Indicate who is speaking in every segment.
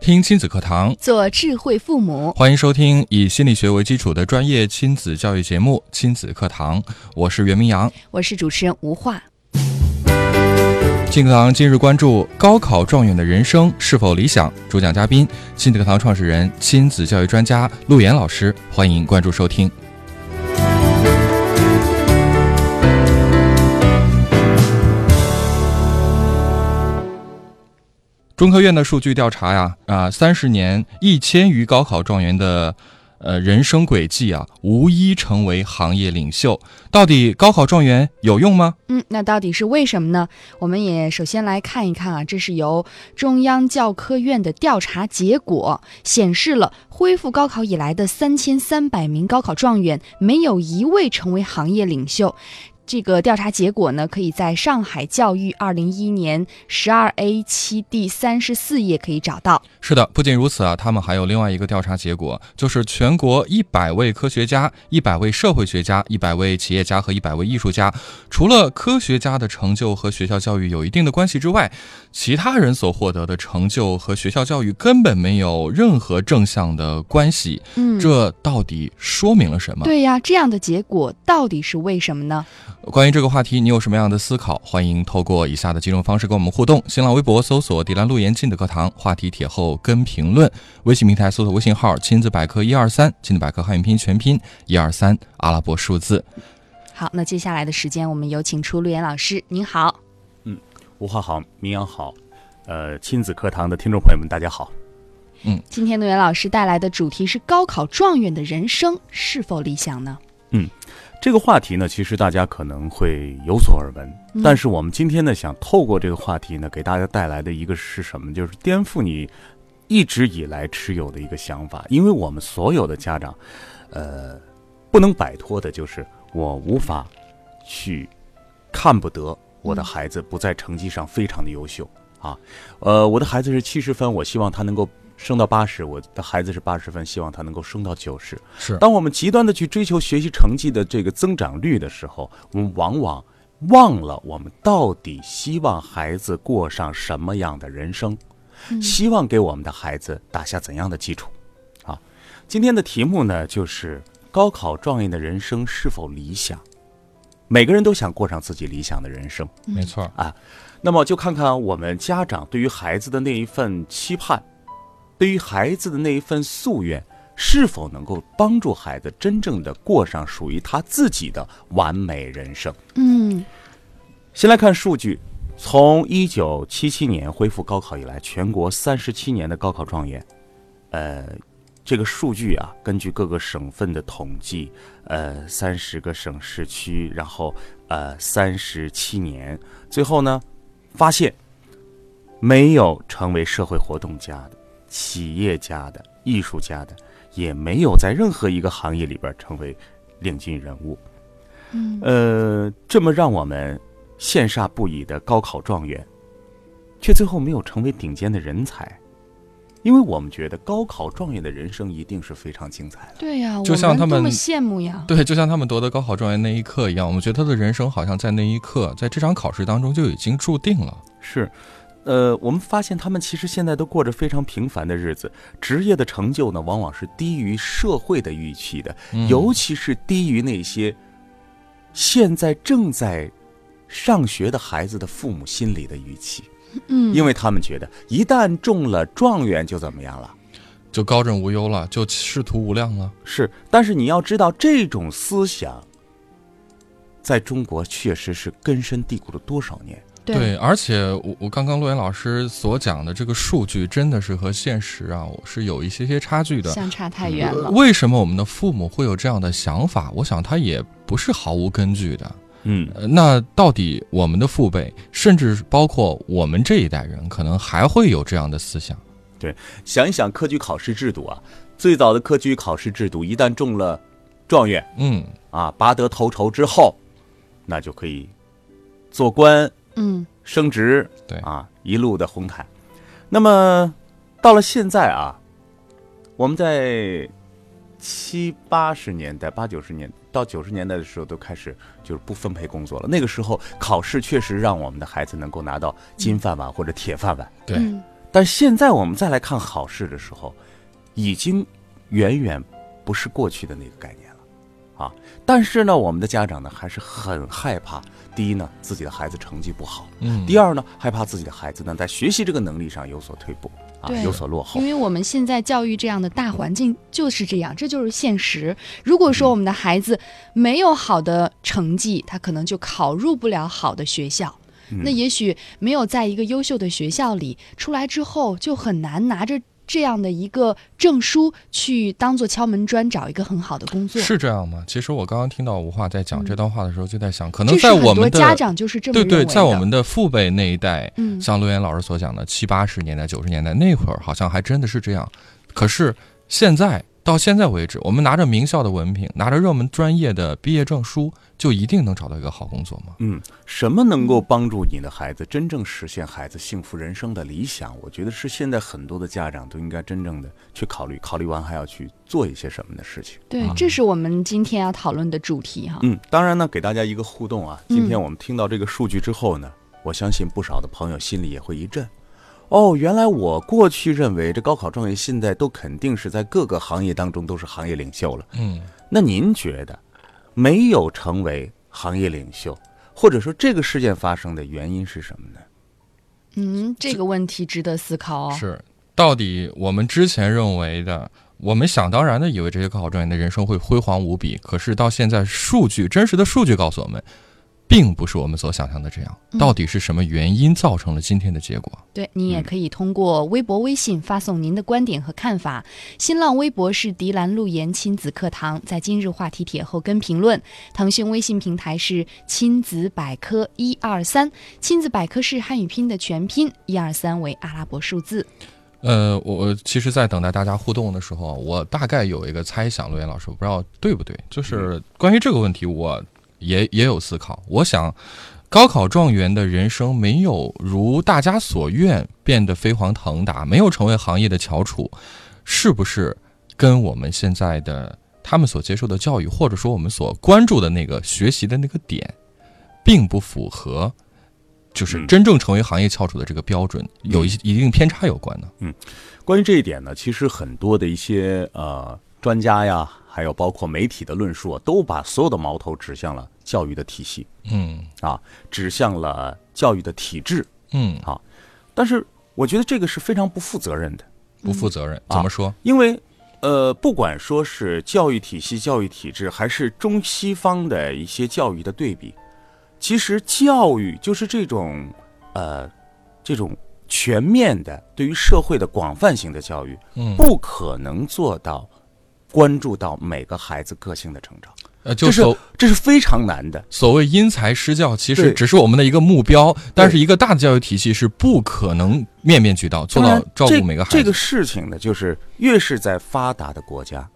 Speaker 1: 听亲子课堂，
Speaker 2: 做智慧父母。
Speaker 1: 欢迎收听以心理学为基础的专业亲子教育节目《亲子课堂》，我是袁明阳。
Speaker 2: 我是主持人吴化。
Speaker 1: 亲子课堂今日关注：高考状元的人生是否理想？主讲嘉宾：亲子课堂创始人、亲子教育专家陆岩老师。欢迎关注收听。中科院的数据调查呀，啊，三十年一千余高考状元的，呃，人生轨迹啊，无一成为行业领袖。到底高考状元有用吗？
Speaker 2: 嗯，那到底是为什么呢？我们也首先来看一看啊，这是由中央教科院的调查结果显示了，恢复高考以来的三千三百名高考状元，没有一位成为行业领袖。这个调查结果呢，可以在上海教育二零一一年十二 A 期第三十四页可以找到。
Speaker 1: 是的，不仅如此啊，他们还有另外一个调查结果，就是全国一百位科学家、一百位社会学家、一百位企业家和一百位艺术家，除了科学家的成就和学校教育有一定的关系之外，其他人所获得的成就和学校教育根本没有任何正向的关系。
Speaker 2: 嗯，
Speaker 1: 这到底说明了什么？
Speaker 2: 对呀，这样的结果到底是为什么呢？
Speaker 1: 关于这个话题，你有什么样的思考？欢迎透过以下的几种方式跟我们互动：新浪微博搜索“迪兰路言亲子课堂”，话题帖后跟评论；微信平台搜索微信号“亲子百科一二三”，亲子百科汉语拼音全拼一二三阿拉伯数字。
Speaker 2: 好，那接下来的时间，我们有请出陆岩老师。您好，
Speaker 3: 吴浩好，明阳好，呃，亲子课堂的听众朋友们，大家好。
Speaker 2: 今天陆岩老师带来的主题是高考状元的人生是否理想呢？
Speaker 3: 这个话题呢，其实大家可能会有所耳闻，
Speaker 2: 嗯
Speaker 3: 但是我们今天呢，想透过这个话题呢，给大家带来的一个是什么？就是颠覆你一直以来持有的一个想法，因为我们所有的家长，呃，不能摆脱的就是我无法去看不得我的孩子不在成绩上非常的优秀啊，呃，我的孩子是七十分，我希望他能够升到八十；我的孩子是八十分，希望他能够升到九十。
Speaker 1: 是
Speaker 3: 当我们极端的去追求学习成绩的这个增长率的时候，我们往往忘了我们到底希望孩子过上什么样的人生，希望给我们的孩子打下怎样的基础。啊，今天的题目呢，就是高考状元的人生是否理想？每个人都想过上自己理想的人生。
Speaker 1: 没错，
Speaker 3: 那么就看看我们家长对于孩子的那一份期盼，对于孩子的那一份夙愿，是否能够帮助孩子真正的过上属于他自己的完美人生。
Speaker 2: 嗯
Speaker 3: 先来看数据，从一九七七年恢复高考以来，全国三十七年的高考状元，呃，这个数据啊，根据各个省份的统计，呃，三十个省市区，然后呃，三十七年，最后呢，发现没有成为社会活动家的、企业家的、艺术家的，也没有在任何一个行业里边成为领军人物。
Speaker 2: 嗯
Speaker 3: 呃，这么让我们羡煞不已的高考状元，却最后没有成为顶尖的人才，因为我们觉得高考状元的人生一定是非常精彩的。
Speaker 2: 对呀、我
Speaker 1: 就像他们
Speaker 2: 多么羡慕呀！
Speaker 1: 对，就像他们夺得高考状元那一刻一样，我们觉得他的人生好像在那一刻，在这场考试当中就已经注定了。
Speaker 3: 是，呃，我们发现他们其实现在都过着非常平凡的日子，职业的成就呢，往往是低于社会的预期的，
Speaker 1: 嗯
Speaker 3: 尤其是低于那些现在正在上学的孩子的父母心里的预期，
Speaker 2: 嗯，
Speaker 3: 因为他们觉得一旦中了状元就怎么样了。
Speaker 1: 就高枕无忧了，就仕途无量了。
Speaker 3: 是，但是你要知道，这种思想在中国确实是根深蒂固了多少年。
Speaker 2: 对
Speaker 1: 而且我我刚刚陆岩老师所讲的这个数据，真的是和现实啊我是有一些些差距的。
Speaker 2: 相差太远了。
Speaker 1: 为什么我们的父母会有这样的想法？我想他也不是毫无根据的。
Speaker 3: 嗯，
Speaker 1: 呃那到底我们的父辈，甚至包括我们这一代人，可能还会有这样的思想？
Speaker 3: 想一想科举考试制度啊，最早的科举考试制度，一旦中了状元
Speaker 1: 嗯，
Speaker 3: 啊，拔得头筹之后，那就可以做官
Speaker 2: 嗯
Speaker 3: 升职，
Speaker 1: 对
Speaker 3: 啊，一路的红毯。那么到了现在啊，我们在七八十年代、八九十年到九十年代的时候，都开始就是不分配工作了。那个时候考试确实让我们的孩子能够拿到金饭碗或者铁饭碗，
Speaker 1: 对
Speaker 2: 嗯
Speaker 3: 但现在我们再来看考试的时候，已经远远不是过去的那个概念了，啊！但是呢，我们的家长呢还是很害怕，第一呢，自己的孩子成绩不好；
Speaker 1: 嗯，
Speaker 3: 第二呢，害怕自己的孩子呢在学习这个能力上有所退步，啊，
Speaker 2: 对
Speaker 3: 有所落后
Speaker 2: 因。为我们现在教育这样的大环境就是这样，这就是现实。如果说我们的孩子没有好的成绩，他可能就考入不了好的学校。
Speaker 1: 嗯
Speaker 2: 那也许没有在一个优秀的学校里出来之后，就很难拿着这样的一个证书去当做敲门砖，找一个很好的工作。
Speaker 1: 是这样吗？其实我刚刚听到吴话在讲
Speaker 2: 嗯
Speaker 1: 这段话的时候，就在想，可能
Speaker 2: 这是
Speaker 1: 在我
Speaker 2: 很多
Speaker 1: 们的
Speaker 2: 家长就是这么
Speaker 1: 对
Speaker 2: 认
Speaker 1: 对，
Speaker 2: 为的。
Speaker 1: 在我们的父辈那一代，
Speaker 2: 嗯
Speaker 1: 像刘岩老师所讲的七八十年代、九十年代那会儿，好像还真的是这样。可是现在到现在为止，我们拿着名校的文凭，拿着热门专业的毕业证书，就一定能找到一个好工作吗？
Speaker 3: 嗯，什么能够帮助你的孩子真正实现孩子幸福人生的理想？我觉得是现在很多的家长都应该真正的去考虑，考虑完还要去做一些什么的事情。
Speaker 2: 对，
Speaker 1: 啊
Speaker 2: 这是我们今天要讨论的主题哈。
Speaker 3: 嗯，当然呢，给大家一个互动啊。今天
Speaker 2: 嗯
Speaker 3: 我们听到这个数据之后呢，我相信不少的朋友心里也会一震。哦，原来我过去认为这高考状元现在都肯定是在各个行业当中都是行业领袖了。
Speaker 1: 嗯，
Speaker 3: 那您觉得，没有成为行业领袖，或者说这个事件发生的原因是什么呢？
Speaker 2: 嗯，这个问题值得思考哦。
Speaker 1: 是。到底我们之前认为的，我们想当然的以为这些高考状元的人生会辉煌无比，可是到现在，数据真实的数据告诉我们，并不是我们所想象的这样。
Speaker 2: 嗯
Speaker 1: 到底是什么原因造成了今天的结果？
Speaker 2: 对你
Speaker 1: 嗯
Speaker 2: 也可以通过微博、微信发送您的观点和看法。新浪微博是迪兰路言亲子课堂，在今日话题帖后跟评论。腾讯微信平台是亲子百科一二三，亲子百科是汉语拼的全拼，一二三为阿拉伯数字。
Speaker 1: 呃，我我其实，在等待大家互动的时候，啊我大概有一个猜想，罗岩老师，我不知道对不对，就是关于这个问题，我也也有思考。我想，高考状元的人生没有如大家所愿变得飞黄腾达，没有成为行业的翘楚，是不是跟我们现在的他们所接受的教育，或者说我们所关注的那个学习的那个点，并不符合，就是
Speaker 3: 嗯
Speaker 1: 真正成为行业翘楚的这个标准，有一些一定偏差有关呢？
Speaker 3: 关于这一点呢，其实很多的一些呃专家呀，还有包括媒体的论述啊，都把所有的矛头指向了教育的体系
Speaker 1: 嗯
Speaker 3: 啊，指向了教育的体制。
Speaker 1: 嗯，
Speaker 3: 但是我觉得这个是非常不负责任的，
Speaker 1: 不负责任，
Speaker 3: 啊
Speaker 1: 怎么说？
Speaker 3: 因为呃，不管说是教育体系、教育体制，还是中西方的一些教育的对比，其实教育就是这种呃这种全面的对于社会的广泛性的教育，
Speaker 1: 嗯，
Speaker 3: 不可能做到关注到每个孩子个性的成长，
Speaker 1: 呃，
Speaker 3: 这
Speaker 1: 就是所
Speaker 3: 这是非常难的。
Speaker 1: 所谓因材施教，其实
Speaker 3: 对
Speaker 1: 只是我们的一个目标，但是一个大的教育体系是不可能面面俱到，做
Speaker 3: 当
Speaker 1: 到
Speaker 3: 然
Speaker 1: 照
Speaker 3: 啊这
Speaker 1: 顾每个孩子。
Speaker 3: 这个事情呢，就是越是在发达的国家，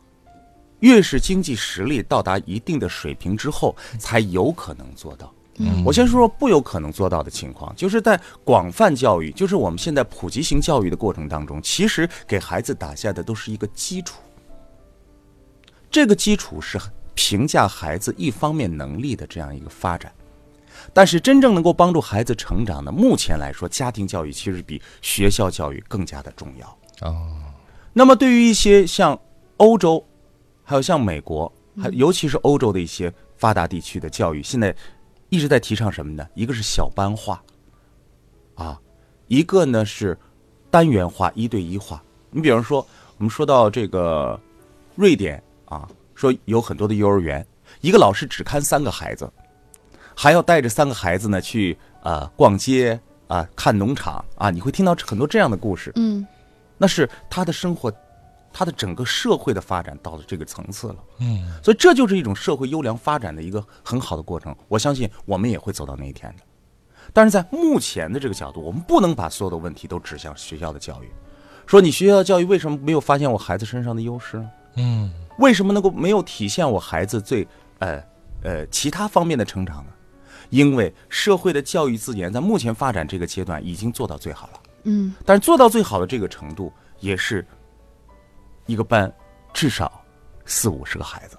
Speaker 3: 越是经济实力到达一定的水平之后，才有可能做到。
Speaker 1: 嗯
Speaker 3: 我先说说不有可能做到的情况，就是在广泛教育，就是我们现在普及型教育的过程当中，其实给孩子打下的都是一个基础，这个基础是评价孩子一方面能力的这样一个发展。但是真正能够帮助孩子成长的，目前来说，家庭教育其实比学校教育更加的重要。
Speaker 1: 哦，
Speaker 3: 那么对于一些像欧洲，还有像美国，还尤其是欧洲的一些发达地区的教育，现在一直在提倡什么呢？一个是小班化，啊，一个呢是单元化、一对一化。你比方说，我们说到这个瑞典啊，说有很多的幼儿园，一个老师只看三个孩子，还要带着三个孩子呢去呃逛街啊、看农场啊，你会听到很多这样的故事。
Speaker 2: 嗯
Speaker 3: 那是他的生活，他的整个社会的发展到了这个层次了。
Speaker 1: 嗯，
Speaker 3: 所以这就是一种社会优良发展的一个很好的过程。我相信我们也会走到那一天的。但是在目前的这个角度，我们不能把所有的问题都指向学校的教育，说你学校教育为什么没有发现我孩子身上的优势呢？
Speaker 1: 嗯，
Speaker 3: 为什么能够没有体现我孩子最呃呃其他方面的成长呢？因为社会的教育资源在目前发展这个阶段已经做到最好了，
Speaker 2: 嗯
Speaker 3: 但是做到最好的这个程度，也是一个班至少四五十个孩子，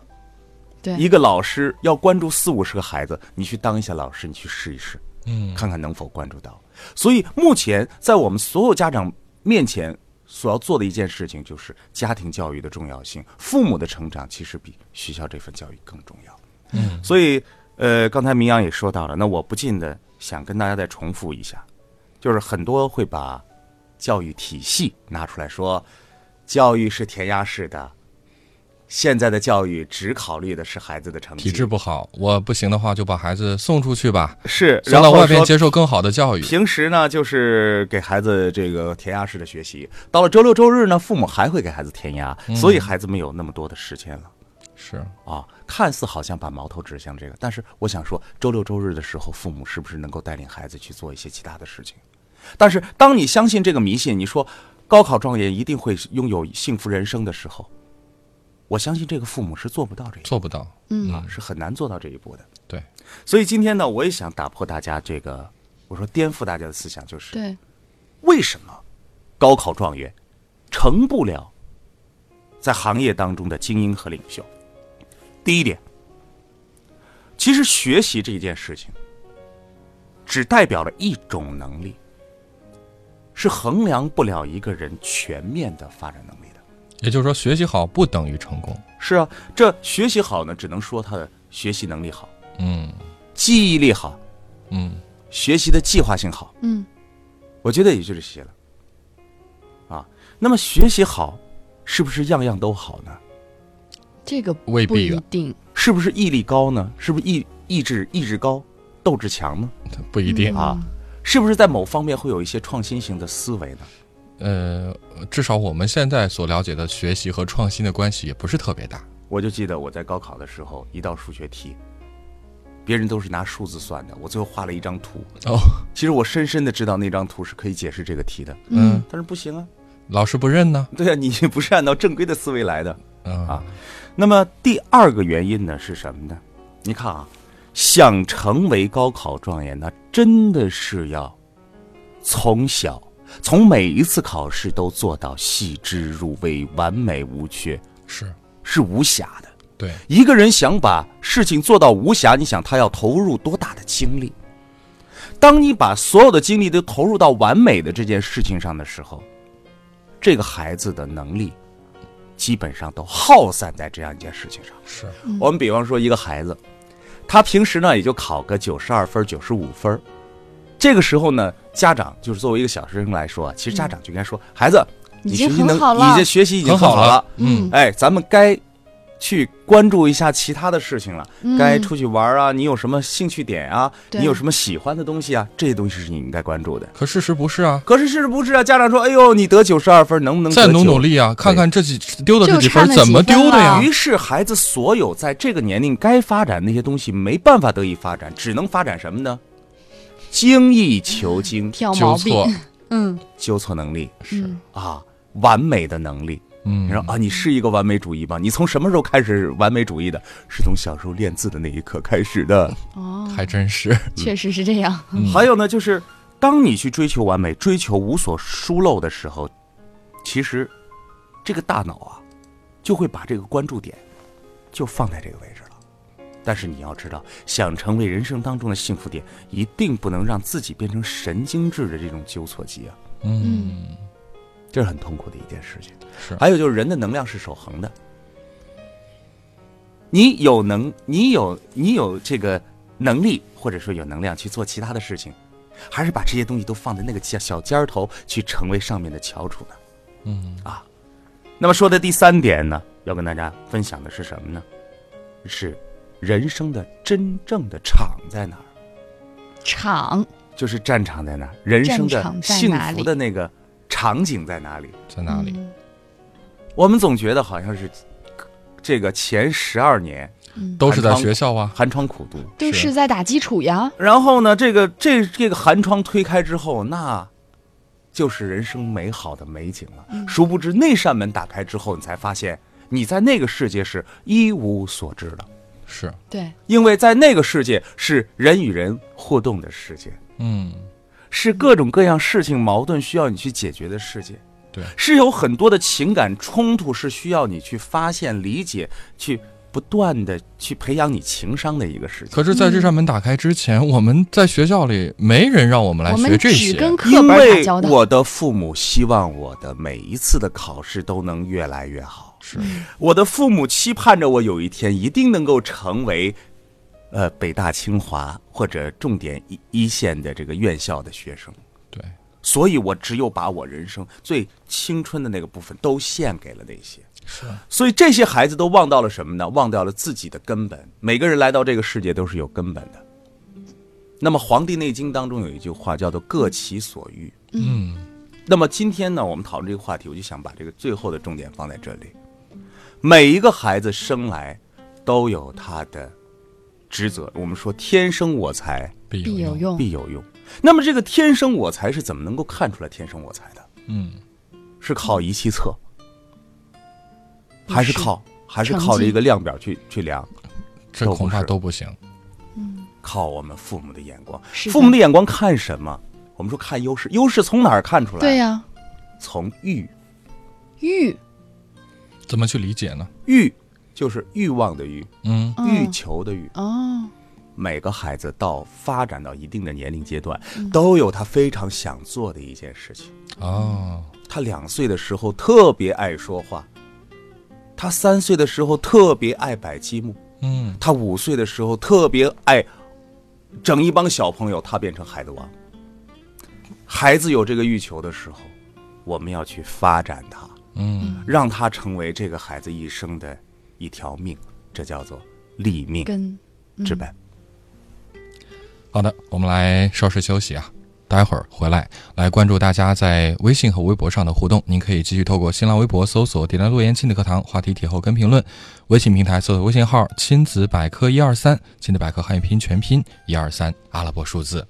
Speaker 2: 对
Speaker 3: 一个老师要关注四五十个孩子，你去当一下老师，你去试一试，
Speaker 1: 嗯，
Speaker 3: 看看能否关注到。所以目前在我们所有家长面前所要做的一件事情，就是家庭教育的重要性，父母的成长其实比学校这份教育更重要。嗯，所以呃，刚才明阳也说到了，那我不禁的想跟大家再重复一下，就是很多会把教育体系拿出来说，教育是填鸭式的。现在的教育只考虑的是孩子的成绩，
Speaker 1: 体质不好，我不行的话就把孩子送出去吧，
Speaker 3: 是，
Speaker 1: 送
Speaker 3: 然
Speaker 1: 到
Speaker 3: 后
Speaker 1: 外边
Speaker 3: 说
Speaker 1: 接受更好的教育。
Speaker 3: 平时呢，就是给孩子这个填鸭式的学习。到了周六周日呢，父母还会给孩子填鸭，所以孩子没有那么多的时间了
Speaker 1: 是，
Speaker 3: 啊。看似好像把矛头指向这个，但是我想说，周六周日的时候，父母是不是能够带领孩子去做一些其他的事情？但是，当你相信这个迷信，你说高考状元一定会拥有幸福人生的时候，我相信这个父母是做不到这一步
Speaker 1: 做不到。
Speaker 2: 嗯
Speaker 3: 啊，是很难做到这一步的。
Speaker 1: 对，
Speaker 3: 所以今天呢，我也想打破大家这个，我说颠覆大家的思想，就是
Speaker 2: 对，
Speaker 3: 为什么高考状元成不了在行业当中的精英和领袖？第一点，其实学习这件事情只代表了一种能力，是衡量不了一个人全面的发展能力的。
Speaker 1: 也就是说，学习好不等于成功。
Speaker 3: 是啊，这学习好呢，只能说他的学习能力好，
Speaker 1: 嗯
Speaker 3: 记忆力好，
Speaker 1: 嗯，
Speaker 3: 学习的计划性好。
Speaker 2: 嗯
Speaker 3: 我觉得也就这些了。啊，那么学习好，是不是样样都好呢？
Speaker 2: 这个不
Speaker 1: 未必
Speaker 2: 一
Speaker 1: 啊
Speaker 2: 定，
Speaker 3: 是不是毅力高呢？是不是意意志意志高、斗志强呢？
Speaker 1: 不一定。
Speaker 3: 啊，是不是在某方面会有一些创新型的思维呢？
Speaker 1: 呃，至少我们现在所了解的学习和创新的关系也不是特别大。
Speaker 3: 我就记得我在高考的时候，一道数学题，别人都是拿数字算的，我最后画了一张图。
Speaker 1: 哦，
Speaker 3: 其实我深深的知道那张图是可以解释这个题的，
Speaker 1: 嗯，
Speaker 3: 但是不行啊，
Speaker 1: 老师不认呢。
Speaker 3: 对啊，你不是按照正规的思维来的。
Speaker 1: 嗯
Speaker 3: 啊那么第二个原因呢是什么呢？你看啊，想成为高考状元，那真的是要从小从每一次考试都做到细致入微、完美无缺，
Speaker 1: 是
Speaker 3: 是无瑕的。
Speaker 1: 对，
Speaker 3: 一个人想把事情做到无瑕，你想他要投入多大的精力？当你把所有的精力都投入到完美的这件事情上的时候，这个孩子的能力基本上都耗散在这样一件事情上。
Speaker 1: 是，
Speaker 3: 我们比方说一个孩子，他平时呢也就考个九十二分、九十五分儿，这个时候呢，家长就是作为一个小学生来说啊，其实家长就应该说，孩子，
Speaker 2: 嗯已
Speaker 3: 你
Speaker 2: 经
Speaker 3: 学习
Speaker 2: 很
Speaker 3: 能，
Speaker 2: 好
Speaker 3: 你
Speaker 2: 了
Speaker 3: 这学习已经
Speaker 1: 很
Speaker 3: 很
Speaker 1: 好
Speaker 3: 好了，
Speaker 1: 嗯，
Speaker 3: 哎，咱们该去关注一下其他的事情了，
Speaker 2: 嗯
Speaker 3: 该出去玩儿啊，你有什么兴趣点啊，
Speaker 2: 对
Speaker 3: 你有什么喜欢的东西啊，这些东西是你应该关注的。
Speaker 1: 可事实不是啊。
Speaker 3: 可是是不是啊？家长说，哎呦，你得九十二分，能不能
Speaker 1: 再
Speaker 3: 得
Speaker 1: 努
Speaker 3: 90
Speaker 1: 努力啊，看看这几丢的这几分
Speaker 2: 就差那
Speaker 1: 怎么
Speaker 2: 几分
Speaker 1: 丢的呀
Speaker 2: 了？
Speaker 3: 于是，孩子所有在这个年龄该发展那些东西没办法得以发展，只能发展什么呢？精益求精，
Speaker 2: 挑毛
Speaker 1: 纠
Speaker 2: 病，
Speaker 1: 错，
Speaker 2: 嗯
Speaker 3: 纠错能力
Speaker 2: 嗯
Speaker 3: 啊，完美的能力。
Speaker 1: 嗯
Speaker 3: 你说啊，你是一个完美主义吗？你从什么时候开始完美主义的？是从小时候练字的那一刻开始的。
Speaker 2: 哦，
Speaker 1: 还真是。
Speaker 2: 确实是这样，
Speaker 1: 嗯
Speaker 3: 还有呢，就是当你去追求完美、追求无所疏漏的时候，其实这个大脑啊，就会把这个关注点就放在这个位置了。但是你要知道，想成为人生当中的幸福点，一定不能让自己变成神经质的这种纠错机啊，
Speaker 1: 嗯，
Speaker 3: 这是很痛苦的一件事情。
Speaker 1: 是
Speaker 3: 还有就是人的能量是守恒的，你有能，你有你有这个能力，或者说有能量去做其他的事情，还是把这些东西都放在那个小小尖儿头去成为上面的翘楚呢？啊
Speaker 1: 嗯
Speaker 3: 那么说的第三点呢，要跟大家分享的是什么呢？是人生的真正的场在哪儿？
Speaker 2: 场
Speaker 3: 就是战场在哪儿？人生
Speaker 2: 战
Speaker 3: 的
Speaker 2: 场在
Speaker 3: 幸
Speaker 2: 哪里
Speaker 3: 福的那个场景在哪里？
Speaker 1: 在哪
Speaker 2: 嗯
Speaker 1: 里？？
Speaker 3: 我们总觉得好像是这个前十二年
Speaker 2: 嗯，
Speaker 1: 都是在学校啊。
Speaker 3: 寒窗苦读，
Speaker 2: 都
Speaker 1: 是
Speaker 2: 是在打基础呀，
Speaker 3: 然后呢，这个这这个寒窗推开之后，那就是人生美好的美景了。殊不知那扇门打开之后，你才发现你在那个世界是一无所知的，
Speaker 1: 是，
Speaker 2: 对，
Speaker 3: 因为在那个世界是人与人互动的世界，
Speaker 1: 嗯，
Speaker 3: 是各种各样事情矛盾需要你去解决的世界。
Speaker 1: 对
Speaker 3: 是有很多的情感冲突是需要你去发现、理解、去不断的去培养你情商的一个世界。
Speaker 1: 可是，在这扇门打开之前，我们在学校里没人让我们来
Speaker 2: 我
Speaker 1: 学
Speaker 2: 们
Speaker 1: 这些。
Speaker 2: 只跟课
Speaker 3: 因
Speaker 2: 本打
Speaker 3: 为
Speaker 2: 交道。
Speaker 3: 我的父母希望我的每一次的考试都能越来越好，
Speaker 1: 是
Speaker 3: 我的父母期盼着我有一天一定能够成为，呃，北大、清华或者重点一一线的这个院校的学生，
Speaker 1: 对，
Speaker 3: 所以我只有把我人生最青春的那个部分都献给了那些。
Speaker 1: 是
Speaker 3: 所以这些孩子都忘掉了什么呢？忘掉了自己的根本。每个人来到这个世界都是有根本的。那么《黄帝内经》当中有一句话叫做“各其所欲”。
Speaker 1: 嗯，
Speaker 3: 那么今天呢，我们讨论这个话题，我就想把这个最后的重点放在这里。每一个孩子生来都有他的职责，我们说“天生我材
Speaker 1: 必
Speaker 2: 必有
Speaker 1: 有。
Speaker 2: 用，
Speaker 3: 必有用”。那么这个“天生我材”是怎么能够看出来“天生我材”的？
Speaker 1: 嗯，
Speaker 3: 是靠仪器测，还是
Speaker 2: 是
Speaker 3: 靠还是
Speaker 2: 成
Speaker 3: 靠着
Speaker 2: 绩
Speaker 3: 一个量表去去量？
Speaker 1: 这
Speaker 3: 都不
Speaker 1: 恐怕
Speaker 3: 是
Speaker 1: 都不行。
Speaker 3: 靠我们父母的眼光。
Speaker 2: 是
Speaker 3: 父母的眼光看什么？我们说看优势，优势从哪儿看出来？
Speaker 2: 对呀，
Speaker 3: 从欲，
Speaker 2: 欲
Speaker 1: 怎么去理解呢？
Speaker 3: 欲就是欲望的欲，
Speaker 1: 嗯，
Speaker 3: 欲
Speaker 2: 嗯
Speaker 3: 求的欲。
Speaker 2: 哦，
Speaker 3: 每个孩子到发展到一定的年龄阶段，
Speaker 2: 嗯
Speaker 3: 都有他非常想做的一件事情。
Speaker 1: 哦，
Speaker 3: 他两岁的时候特别爱说话，他三岁的时候特别爱摆积木，
Speaker 1: 嗯，
Speaker 3: 他五岁的时候特别爱整一帮小朋友，他变成孩子王。孩子有这个欲求的时候，我们要去发展他，
Speaker 1: 嗯，
Speaker 3: 让他成为这个孩子一生的一条命，这叫做立命
Speaker 2: 跟
Speaker 3: 之本。
Speaker 1: 好的，我们来稍事休息啊，待会儿回来来关注大家在微信和微博上的互动。您可以继续透过新浪微博搜索“点亮路言亲子课堂”话题帖后跟评论，微信平台搜索微信号“亲子百科一二三”，亲子百科汉语拼音全拼一二三阿拉伯数字。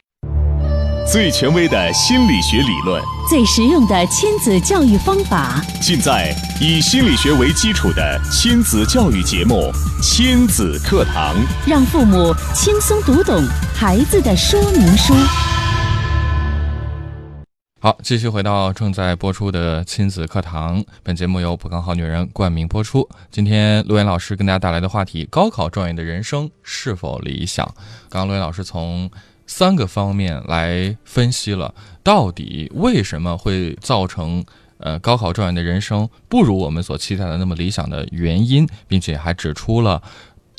Speaker 4: 最权威的心理学理论，
Speaker 5: 最实用的亲子教育方法，
Speaker 4: 尽在以心理学为基础的亲子教育节目《亲子课堂》。
Speaker 5: 让父母轻松读懂孩子的说明书。
Speaker 1: 好，继续回到正在播出的亲子课堂，本节目由浦康好女人冠名播出。今天陆岩老师跟大家带来的话题：高考状元的人生是否理想？刚刚陆岩老师从三个方面来分析了，到底为什么会造成呃高考状元的人生不如我们所期待的那么理想的原因，并且还指出了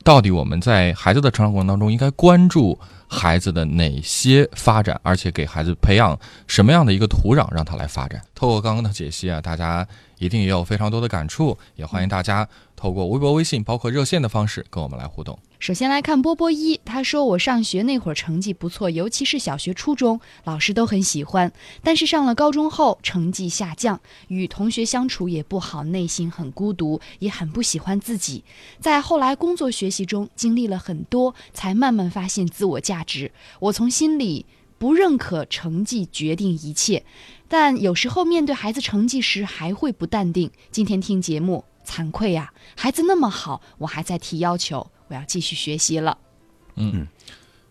Speaker 1: 到底我们在孩子的成长过程当中应该关注孩子的哪些发展，而且给孩子培养什么样的一个土壤让他来发展。透过刚刚的解析啊，大家一定也有非常多的感触，也欢迎大家透过微博、微信，包括热线的方式跟我们来互动。
Speaker 2: 首先来看波波一，他说我上学那会儿成绩不错，尤其是小学、初中，老师都很喜欢。但是上了高中后，成绩下降，与同学相处也不好，内心很孤独，也很不喜欢自己。在后来工作学习中，经历了很多，才慢慢发现自我价值。我从心里不认可成绩决定一切，但有时候面对孩子成绩时还会不淡定。今天听节目，惭愧呀、孩子那么好，我还在提要求，我要继续学习了。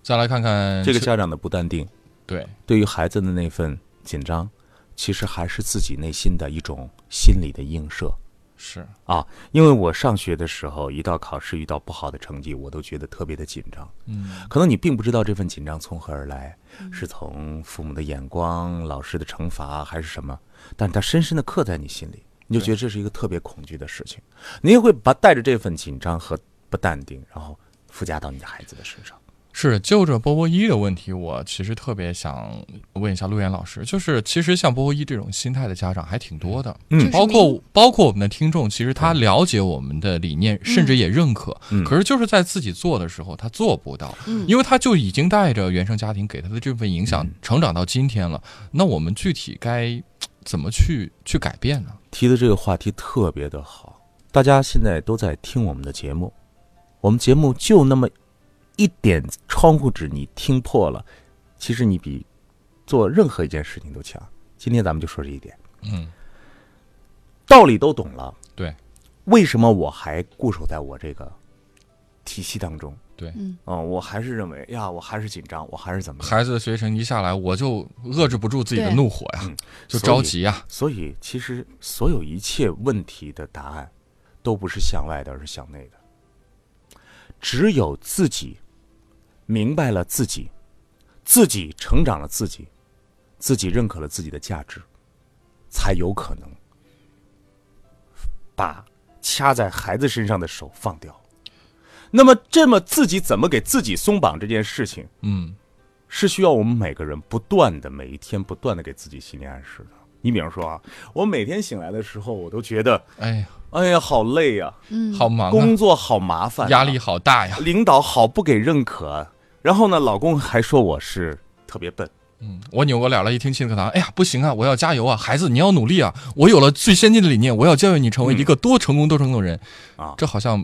Speaker 1: 再来看看
Speaker 3: 这个
Speaker 1: 是
Speaker 3: 家长的不淡定，
Speaker 1: 对，
Speaker 3: 对于孩子的那份紧张，其实还是自己内心的一种心理的映射。
Speaker 1: 是
Speaker 3: 啊，因为我上学的时候，一到考试遇到不好的成绩，我都觉得特别的紧张。
Speaker 1: 嗯
Speaker 3: 可能你并不知道这份紧张从何而来，是从父母的眼光、老师的惩罚还是什么，但它深深的刻在你心里，你就觉得这是一个特别恐惧的事情，你也会把带着这份紧张和不淡定，然后附加到你的孩子的身上。
Speaker 1: 是，就着波波一的问题，我其实特别想问一下陆岩老师，就是其实像波波一这种心态的家长还挺多的，
Speaker 3: 嗯
Speaker 1: 包括包括我们的听众，其实他了解我们的理念，甚至也认可，
Speaker 3: 嗯
Speaker 1: 可是就是在自己做的时候，他做不到，
Speaker 2: 嗯
Speaker 1: 因为他就已经带着原生家庭给他的这份影响、成长到今天了。那我们具体该怎么去去改变呢？
Speaker 3: 提的这个话题特别的好，大家现在都在听我们的节目，我们节目就那么一点窗户纸，你听破了，其实你比做任何一件事情都强。今天咱们就说这一点，
Speaker 1: 嗯，
Speaker 3: 道理都懂了，
Speaker 1: 对，
Speaker 3: 为什么我还固守在我这个体系当中？
Speaker 1: 对
Speaker 2: 嗯，
Speaker 3: 嗯，我还是认为呀，我还是紧张，我还是怎么样？
Speaker 1: 孩子的学程一下来，我就遏制不住自己的
Speaker 2: 对
Speaker 1: 怒火呀
Speaker 3: 嗯，
Speaker 1: 就
Speaker 3: 所以
Speaker 1: 着急呀，
Speaker 3: 所以，其实所有一切问题的答案，都不是向外的，而是向内的。只有自己明白了自己，自己成长了自己，自己认可了自己的价值，才有可能把掐在孩子身上的手放掉。那么，这么自己怎么给自己松绑这件事情，
Speaker 1: 嗯，
Speaker 3: 是需要我们每个人不断的、每一天不断的给自己心理暗示的。你比如说啊，我每天醒来的时候，我都觉得，
Speaker 1: 哎呀，
Speaker 3: 哎呀，好累呀、
Speaker 2: 嗯
Speaker 1: 好忙
Speaker 3: 工
Speaker 1: 啊，
Speaker 3: 作好麻烦啊、
Speaker 1: 压力好大呀，
Speaker 3: 领导好不给认可啊。然后呢，老公还说我是特别笨。
Speaker 1: 嗯，我扭过脸来一听亲子课堂，哎呀，不行啊，我要加油啊，孩子你要努力啊，我有了最先进的理念，我要教育你成为一个多成功多成功的人
Speaker 3: 啊
Speaker 1: 这好像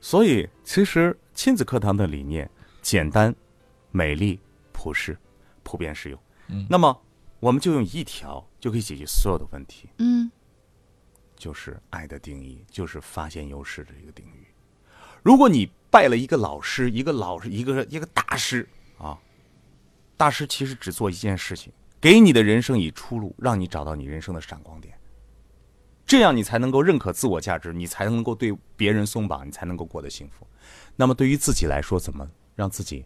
Speaker 3: 所以，其实亲子课堂的理念简单、美丽、普世、普遍适用。
Speaker 1: 嗯
Speaker 3: 那么，我们就用一条就可以解决所有的问题。
Speaker 2: 嗯
Speaker 3: 就是爱的定义，就是发现优势的一个定义。如果你拜了一个老师，一个老师，一个一个大师啊，大师其实只做一件事情，给你的人生以出路，让你找到你人生的闪光点。这样你才能够认可自我价值，你才能够对别人松绑，你才能够过得幸福。那么对于自己来说，怎么让自己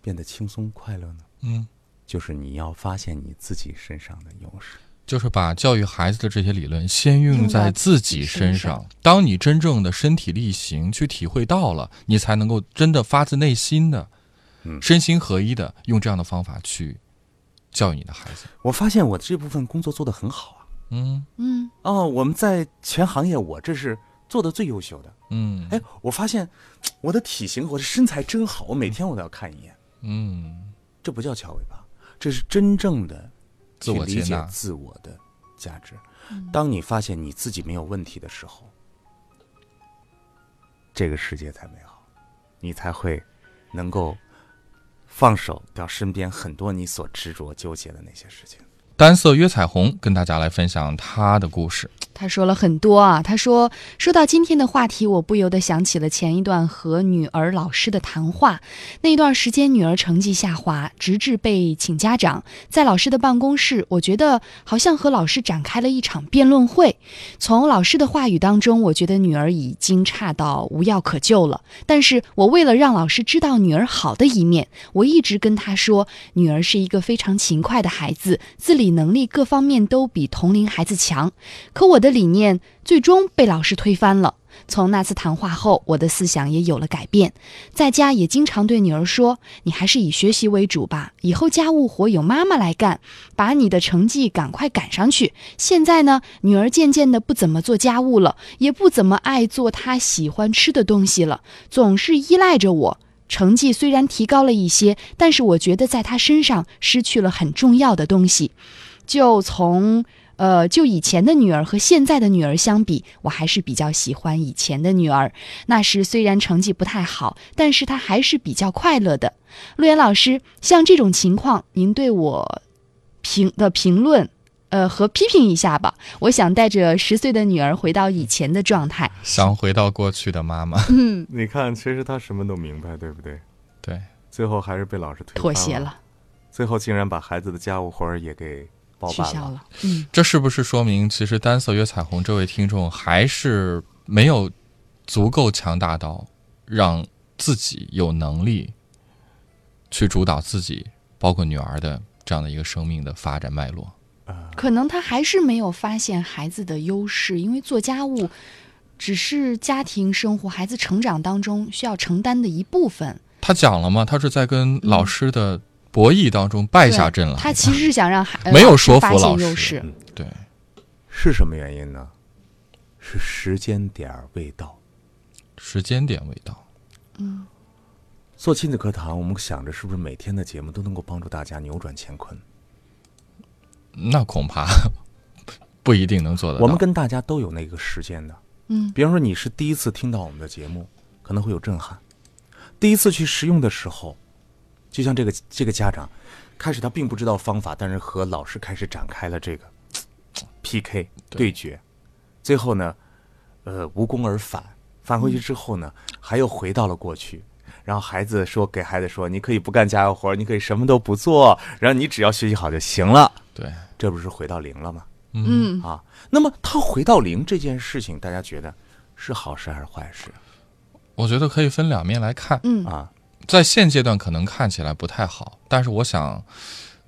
Speaker 3: 变得轻松快乐呢？
Speaker 1: 嗯，
Speaker 3: 就是你要发现你自己身上的优势。
Speaker 1: 就是把教育孩子的这些理论先用
Speaker 2: 用
Speaker 1: 在
Speaker 2: 到
Speaker 1: 自己身
Speaker 2: 身
Speaker 1: 上。当你真正的身体力行去体会到了，你才能够真的发自内心的、
Speaker 3: 嗯
Speaker 1: 身心合一的用这样的方法去教育你的孩子。
Speaker 3: 我发现我这部分工作做得很好啊。
Speaker 1: 嗯
Speaker 2: 嗯
Speaker 3: 哦，我们在全行业我这是做的最优秀的。
Speaker 1: 嗯
Speaker 3: 哎，我发现我的体型，我的身材真好，我每天我都要看一眼。
Speaker 1: 嗯，
Speaker 3: 这不叫翘尾巴，这是真正的
Speaker 1: 自我
Speaker 3: 去
Speaker 1: 接
Speaker 3: 理解
Speaker 1: 纳。
Speaker 3: 自我的价值。当你发现你自己没有问题的时候，这个世界才美好，你才会能够放手掉身边很多你所执着纠结的那些事情。
Speaker 1: 单色约彩虹跟大家来分享她的故事。
Speaker 2: 他说了很多啊。他说，说到今天的话题，我不由得想起了前一段和女儿老师的谈话。那一段时间，女儿成绩下滑，直至被请家长。在老师的办公室，我觉得好像和老师展开了一场辩论会。从老师的话语当中，我觉得女儿已经差到无药可救了。但是我为了让老师知道女儿好的一面，我一直跟她说，女儿是一个非常勤快的孩子，自理能力各方面都比同龄孩子强。可我的理念最终被老师推翻了。从那次谈话后，我的思想也有了改变，在家也经常对女儿说：“你还是以学习为主吧，以后家务活有妈妈来干，把你的成绩赶快赶上去。”现在呢，女儿渐渐的不怎么做家务了，也不怎么爱做她喜欢吃的东西了，总是依赖着我。成绩虽然提高了一些，但是我觉得在她身上失去了很重要的东西。就从呃，就以前的女儿和现在的女儿相比，我还是比较喜欢以前的女儿。那时虽然成绩不太好，但是她还是比较快乐的。陆岩老师，像这种情况，您对我评的评论，呃，和批评一下吧。我想带着十岁的女儿回到以前的状态。
Speaker 1: 想回到过去的妈妈，
Speaker 2: 嗯，
Speaker 3: 你看，其实他什么都明白，对不对？
Speaker 1: 对，
Speaker 3: 最后还是被老师推
Speaker 2: 妥协了，
Speaker 3: 最后竟然把孩子的家务活儿也给包
Speaker 2: 取
Speaker 3: 办
Speaker 2: 消
Speaker 3: 了。
Speaker 2: 了。嗯
Speaker 1: 这是不是说明其实单色约彩虹这位听众还是没有足够强大到让自己有能力去主导自己，包括女儿的这样的一个生命的发展脉络？
Speaker 2: 可能她还是没有发现孩子的优势，因为做家务只是家庭生活、孩子成长当中需要承担的一部分。
Speaker 1: 他讲了吗？他是在跟老师的博弈当中败下阵来的。
Speaker 2: 她其实是想让孩
Speaker 1: 啊
Speaker 2: 呃
Speaker 1: 没有说服
Speaker 2: 发现
Speaker 1: 老师
Speaker 2: 优势，
Speaker 1: 对，
Speaker 3: 是什么原因呢？是时间点儿未到。
Speaker 1: 时间点未到。
Speaker 3: 做亲子课堂，我们想着是不是每天的节目都能够帮助大家扭转乾坤？
Speaker 1: 那恐怕 不一定能做得到。
Speaker 3: 我们跟大家都有那个时间的。
Speaker 2: 嗯，
Speaker 3: 比方说你是第一次听到我们的节目，可能会有震撼；第一次去试用的时候，就像这个这个家长，开始他并不知道方法，但是和老师开始展开了这个 PK
Speaker 1: 对
Speaker 3: 对决，最后呢，呃，无功而返。返回去之后呢，还又回到了过去。然后孩子说：“给孩子说，你可以不干家务活，你可以什么都不做，然后你只要学习好就行了。
Speaker 1: 对，”
Speaker 3: 这不是回到零了吗？
Speaker 2: 嗯，
Speaker 3: 啊，那么他回到零这件事情，大家觉得是好事还是坏事
Speaker 1: 我觉得可以分两面来看，
Speaker 2: 嗯
Speaker 3: 啊？
Speaker 1: 在现阶段可能看起来不太好，但是我想，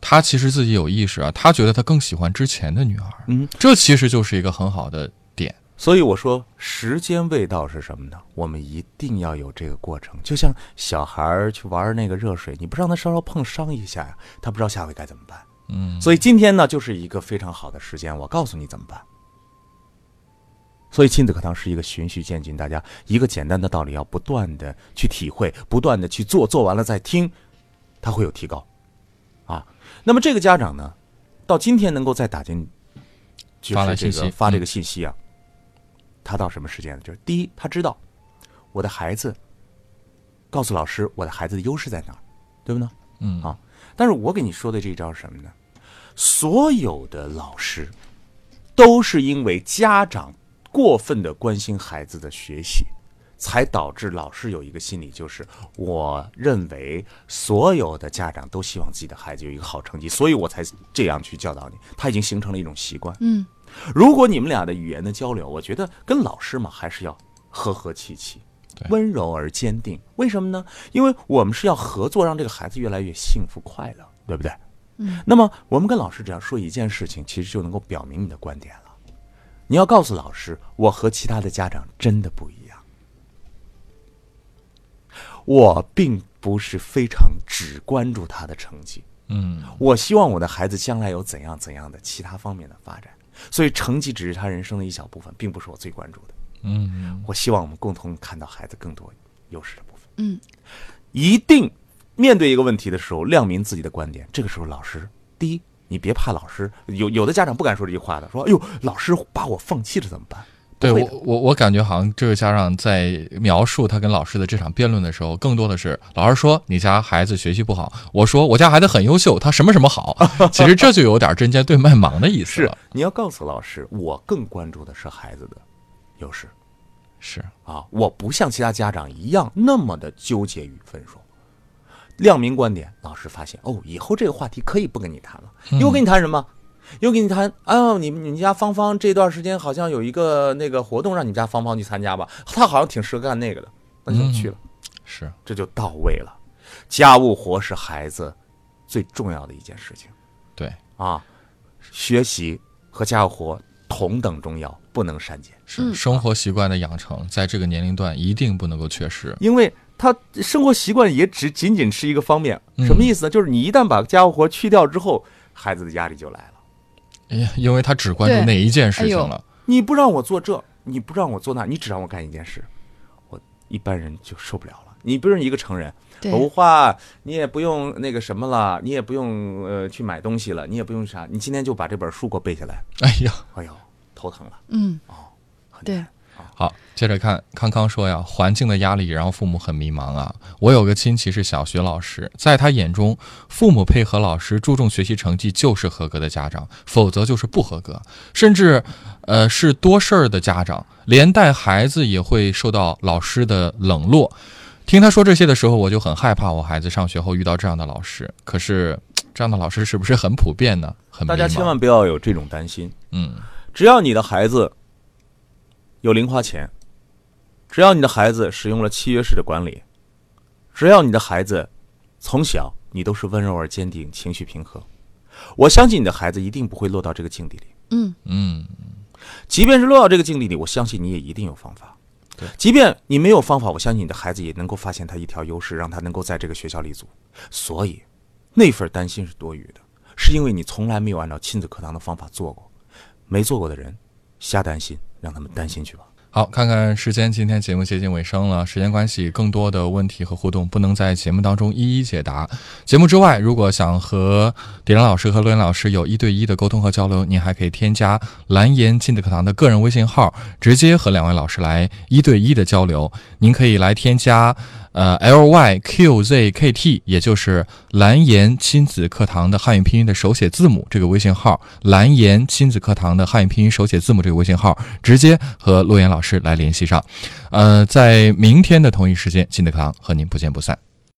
Speaker 1: 他其实自己有意识啊，他觉得他更喜欢之前的女儿，
Speaker 3: 嗯，
Speaker 1: 这其实就是一个很好的点，
Speaker 3: 所以我说，时间未到是什么呢？我们一定要有这个过程，就像小孩儿去玩那个热水，你不让他稍稍碰伤一下呀，他不知道下回该怎么办。
Speaker 1: 嗯，
Speaker 3: 所以今天呢，就是一个非常好的时间，我告诉你怎么办。所以亲子课堂是一个循序渐进，大家一个简单的道理要不断的去体会，不断的去做，做完了再听，他会有提高，啊。那么这个家长呢，到今天能够再打进，就是
Speaker 1: 发来
Speaker 3: 这个
Speaker 1: 信息嗯
Speaker 3: 发这个信息啊，他到什么时间呢？就是第一，他知道我的孩子，告诉老师我的孩子的优势在哪儿，对不对？
Speaker 1: 嗯
Speaker 3: 啊，但是我给你说的这一招是什么呢？所有的老师都是因为家长过分的关心孩子的学习，才导致老师有一个心理，就是我认为所有的家长都希望自己的孩子有一个好成绩，所以我才这样去教导你。他已经形成了一种习惯。
Speaker 2: 嗯，
Speaker 3: 如果你们俩的语言的交流，我觉得跟老师嘛还是要和和气气
Speaker 1: 对。
Speaker 3: 温柔而坚定，为什么呢？因为我们是要合作，让这个孩子越来越幸福快乐，对不对？嗯。那么我们跟老师只要说一件事情，其实就能够表明你的观点了。你要告诉老师，我和其他的家长真的不一样，我并不是非常只关注他的成绩，
Speaker 1: 嗯，
Speaker 3: 我希望我的孩子将来有怎样怎样的其他方面的发展，所以成绩只是他人生的一小部分，并不是我最关注的。
Speaker 1: 嗯，
Speaker 3: 我希望我们共同看到孩子更多优势的部分。
Speaker 2: 嗯，
Speaker 3: 一定面对一个问题的时候，亮明自己的观点。这个时候，老师，第一，你别怕老师，有有的家长不敢说这句话的，说：“哎呦，老师把我放弃了怎么办？”
Speaker 1: 对
Speaker 3: 不
Speaker 1: 我
Speaker 3: 会的
Speaker 1: 我我感觉好像这个家长在描述他跟老师的这场辩论的时候，更多的是老师说你家孩子学习不好，我说我家孩子很优秀，他什么什么好，其实这就有点针尖对麦芒的意思
Speaker 3: 是
Speaker 1: 了。
Speaker 3: 你要告诉老师，我更关注的是孩子的优势
Speaker 1: 是
Speaker 3: 啊，我不像其他家长一样那么的纠结于分数。亮明观点，老师发现哦，以后这个话题可以不跟你谈了，因为我跟你谈什么？又跟你谈啊，你们你们家芳芳这段时间好像有一个那个活动，让你们家芳芳去参加吧，她好像挺适合干那个的，那就去了，
Speaker 1: 是，
Speaker 3: 这就到位了。家务活是孩子最重要的一件事情。
Speaker 1: 对，
Speaker 3: 啊，学习和家务活同等重要，不能删减，
Speaker 1: 是生活习惯的养成，在这个年龄段一定不能够缺失。
Speaker 3: 因为他生活习惯也只仅仅是一个方面。
Speaker 1: 嗯
Speaker 3: 什么意思呢？就是你一旦把家务活去掉之后，孩子的压力就来了。
Speaker 1: 因哎因为他只关注
Speaker 2: 对
Speaker 1: 那一件事情
Speaker 2: 哎呦
Speaker 1: 了。
Speaker 3: 你不让我做这，你不让我做那，你只让我干一件事，我一般人就受不了了。你不是一个成人，
Speaker 2: 对，
Speaker 3: 不画，你也不用那个什么了，你也不用呃去买东西了，你也不用啥，你今天就把这本书给我背下来。
Speaker 1: 哎呀，
Speaker 3: 哎呦，头疼了。
Speaker 2: 嗯，
Speaker 3: 很
Speaker 2: 对，
Speaker 1: 好，接着看康康说呀，环境的压力让父母很迷茫啊。我有个亲戚是小学老师，在他眼中，父母配合老师注重学习成绩就是合格的家长，否则就是不合格，甚至，呃，是多事儿的家长，连带孩子也会受到老师的冷落。听他说这些的时候，我就很害怕我孩子上学后遇到这样的老师。可是，这样的老师是不是很普遍呢？很迷
Speaker 3: 大家
Speaker 1: 茫啊
Speaker 3: 千万不要有这种担心。
Speaker 1: 嗯，
Speaker 3: 只要你的孩子有零花钱，只要你的孩子使用了契约式的管理，只要你的孩子从小你都是温柔而坚定、情绪平和，我相信你的孩子一定不会落到这个境地里。
Speaker 2: 嗯
Speaker 1: 嗯，
Speaker 3: 即便是落到这个境地里，我相信你也一定有方法。即便你没有方法，我相信你的孩子也能够发现他一条优势，让他能够在这个学校立足。所以，那份担心是多余的，是因为你从来没有按照亲子课堂的方法做过。没做过的人，瞎担心，让他们担心去吧。
Speaker 1: 好，看看时间，今天节目接近尾声了。时间关系，更多的问题和互动不能在节目当中一一解答。节目之外，如果想和迪兰老师和陆岩老师有一对一的沟通和交流，您还可以添加蓝颜亲子课堂的个人微信号，直接和两位老师来一对一的交流。您可以来添加。呃 L Y Q Z K T，也就是蓝颜亲子课堂的汉语拼音的手写字母这个微信号，蓝颜亲子课堂的汉语拼音手写字母这个微信号，直接和陆岩老师来联系上。呃，在明天的同一时间，亲子课堂和您不见不散。